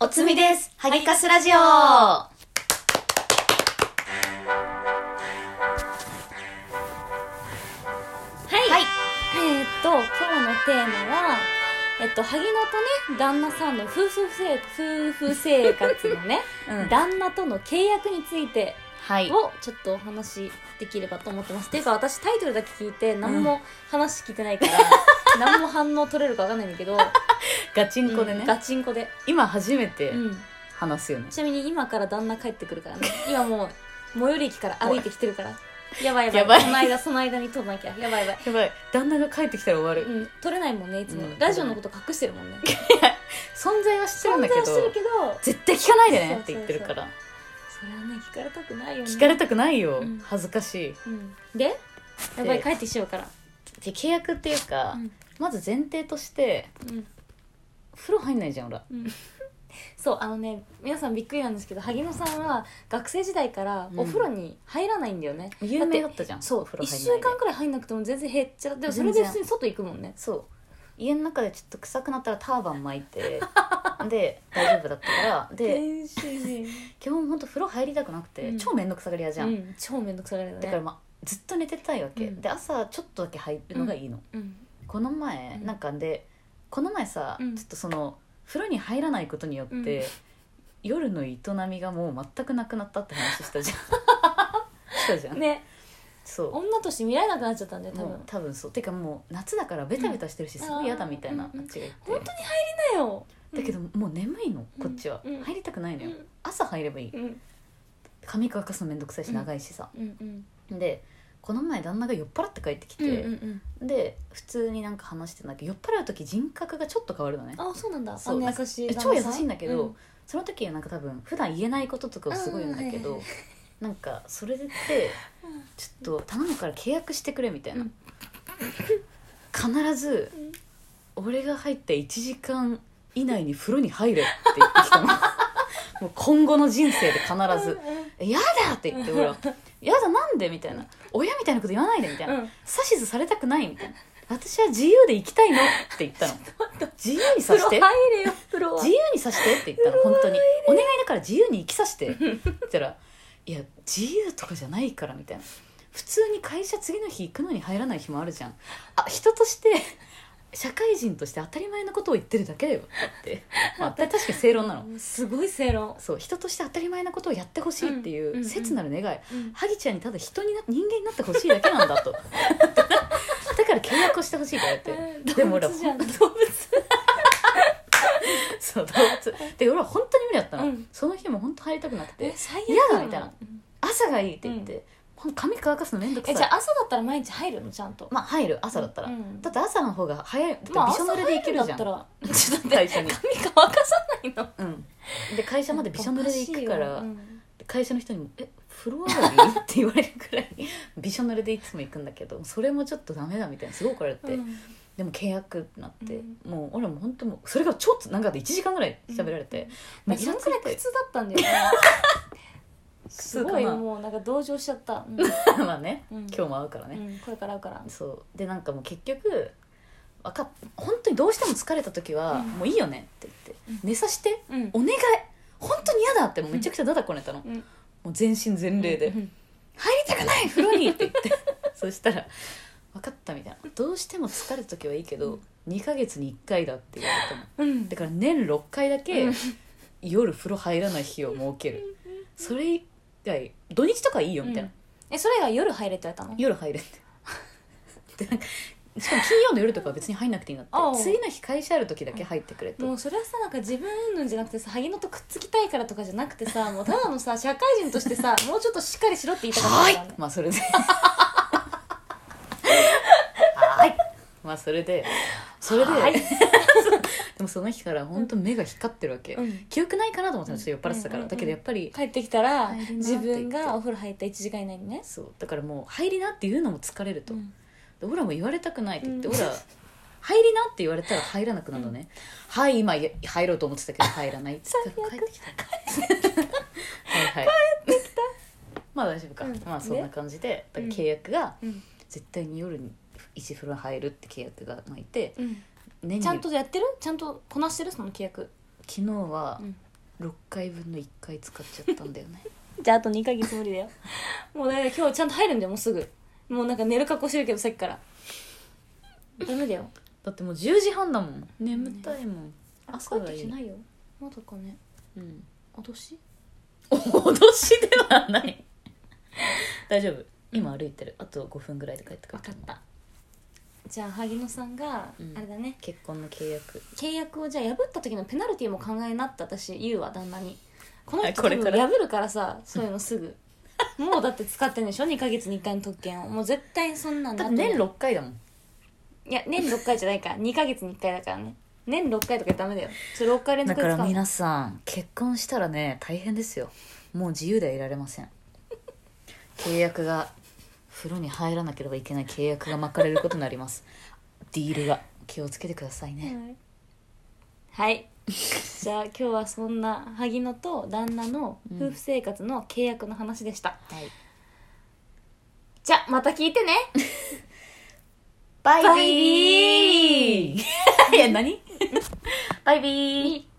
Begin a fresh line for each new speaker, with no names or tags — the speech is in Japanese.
おつみです。ハギカスラジオ。
はい、えーっと今日のテーマはえっと萩野とね旦那さんの夫婦生夫婦生活のね、
うん
旦那との契約について
はい。
をちょっとお話しできればと思ってます、っていうか私タイトルだけ聞いて何も話聞いてない から、何も反応取れるか分かんないんだけど
ガチンコで
う
ね
ん。ガチンコで、
今初めて
うん、
話すよね。
ちなみに今から旦那帰ってくるからね今もう最寄り駅から歩いてきてるからやばいやばい
やばい
その間その間に撮らなきゃやばいやばい
やばい。旦那が帰ってきたら終わ
う
る。
ん、撮れないもんねいつも、
うん
ラジオのこと隠してる もんね
存在は知ってるん
存
だ
在
けど、
はしてるけど
絶対聞かないでねって言ってるから。
それはね聞かれたくないよね
聞かれたくないよ
うん。
恥ずかしい。
うんでやばい帰ってきちゃうから
で、契約っていうか、
うん
まず前提として、
うん
風呂入んないじゃん、俺。
そうあのね皆さんびっくりなんですけど萩野さんは学生時代からお風呂に入らないんだよね、
有名だったじゃん。
そう
風
1
呂入んな
週
いで
間くらい入んなくても全然減っちゃうでもそれで普通に外行くもんね
そう家の中でちょっと臭くなったらターバン巻い てで大丈夫だったからで
全身ね
基本本当風呂入りたくなくて、
うん
超面倒くさがり屋じゃん、
うん、超めんどくさがりだね
だから、まあ、ずっと寝てたいわけ、
うん
で朝ちょっとだけ入るのがいいの、
うん
この前、
うん
なんかでこの前さ、
うん
ちょっとその風呂に入らないことによって、
うん
夜の営みがもう全くなくなったって話した じゃんしたじゃん、
ね
そう
女として見られなくなっちゃったんだよ多
も
分
う多分そうてかもう夏だからベタベタしてるし、
うん
すごい嫌だみたいな、
あー
あっちが言って
本当に入りなよ
だけどもう眠いのこっちは、
うんうん
入りたくないのよ、
うん
朝入ればいい
うん
髪乾かすのめんどくさいし
うん
長いしさ、
うんうん
でこの前旦那が酔っ払って帰ってき
うん
て、
うん
で普通になんか話してんだけど酔っ払う時人格がちょっと変わるのね
あそうなんだ
そ
そ
うん
な優しい
え
旦
超優
那さ
しいんだけど、その時はなんか多分普段言えないこととかをすごい言うんだけ
うん
ど、
はいはい
なんかそれでって
うん
ちょっと頼むから契約してくれみたいな、
うん
必ず俺が入って1時間以内に風呂に入れって言ってき たのもう今後の人生で必ず「えやだ!」って言って俺は「やだなんで?」みたいな「親みたいなこと言わないで」みたいな
うん
「指図されたくない」みたいな「私は自由で生きたいの」って言っ たの自由にさせ
風
て
呂入れよ風呂は
自由にさせてって言ったら本当に「お願いだから自由に生きさせて」って言ったら「いや自由とかじゃないから」みたいな普通に会社次の日行くのに入らない日もあるじゃんあ人として社会人として当たり前のことを言ってるだけだよって、まあ、確かに正論なの
もうすごい正論
そう人として当たり前のことをやってほしいって
うんうん
いううん切なる願い、
うん
ハギちゃんにただ人にな人間になってほしいだけなんだ とだから契約をしてほしいからって、でも俺
動
は
物じゃん動物
そう動物で俺は本当に無理だったの、
うん
その日も本当入りたくなくて
え最悪
嫌だみたいな朝がいいって言って、ほん髪乾かすのめんどくさ
え
い
じゃあ朝だったら毎日入るのちゃんと
まあ入る朝だったら、
うん
だって朝の方が早いだってび
まあ
しょ濡れでいけるじゃん、
朝入るだったら
ちょっと待って会社に
髪乾かさないの
うんで会社までびしょ濡れで行くから、
うん
会社の人にも「え風呂上がり?」って言われるくらいびしょ濡れでいつも行くんだけどそれもちょっとダメだみたいなすごい怒られて、
うん
でも契約ってなって、
う
もう俺も本当もうそれがちょっと長で1時間ぐらい喋られて、もうイ
そ
ラ
の
つ
くらい
い
苦
て
痛だったんだよね すごい
苦痛かな
もうなんか同情しちゃったうん
まあね、
うん
今日も会うからね、
うんこれから会うから
そうでなんかもう結局わかっ本当にどうしても疲れた時は
うん
「もういいよね」って言って「
うん
寝させて
うん
お願い本当に嫌だ」ってもうめちゃくちゃだだこねたの、
うん
もう全身全霊で、
うん
入りたくない風呂にって言って そしたら「分かった」みたいな「どうしても疲れた時はいいけど、2ヶ月に1回だ」って言われたの
うん
だから年6回だけ、
うん
夜風呂入らない日を設けるそれ以外土日とかいいよみたいな、
えそれが夜入れって言われたの
夜入るってでなんかしかも金曜の夜とかは別に入んなくていいんだっ
ああ
て次の日会社ある時だけ入ってくれと、
もうそれはさなんか自分云々じゃなくてさ萩野とくっつきたいからとかじゃなくてさもうただの さ社会人としてさもうちょっとしっかりしろって言いたかった
は
ん
い
だよね
まあそれで はいまあそれでそれで、
はい
でもその日から本当目が光ってるわけ、
うん
記憶ないかなと思ったのちょっと酔っ払ってたから、
うん
だけどやっぱり
帰ってきたら
入りなって
自分がお風呂入った1時間以内にね
そうだからもう入りなって言うのも疲れると、
うん
でオラも言われたくないって言って、
うん
オラ入りなって言われたら入らなくなるのね、はい今い入ろうと思ってたけど入らないって
最悪
帰ってきたはいはいまあ大丈夫か、
うん
まあそんな感じで、だから
うん
契約が
うん
絶対に夜に一風呂入るって契約がまあいて
うん
年に
ちゃんとやってるちゃんとこなしてるその契約
昨日は
うん
6回分の1回使っちゃったんだよね
じゃああと2ヶ月無理だよ もうね今日ちゃんと入るんだよもうすぐもうなんか寝る格好してるけどさっきからダメだよ
だってもう10時半だもん眠たいもん、朝
帰
が
って
い
き
い
てないよまだかね
うん、
脅し
脅しではない大丈夫今歩いてるあと5分ぐらいで帰ってく
分
る
かったじゃあ萩野さんが、
うん
あれだね
結婚の契約
契約をじゃあ破った時のペナルティも考えなって私言うわ旦那にこの
あ
人
こ
多
れ
分
から
破るからさそういうのすぐ もうだって使ってんでしょ2ヶ月に1回の特権をもう絶対そんなん
だ
な
っ
っててない
年6回だもん
いや年6回じゃないから2ヶ月に1回だからね年6回とかダメだよそれ6回連
だ
続
か
で使う
ら皆さん結婚したらね大変ですよもう自由ではいられません契約が風呂に入らなければいけない契約が巻かれることになりますディールが気をつけてくださいね、
はいじゃあ今日はそんな萩野と旦那の夫婦生活の契約の話でした、
はい、
じゃあまた聞いてね
バ
イビ
イビーいや何バイビー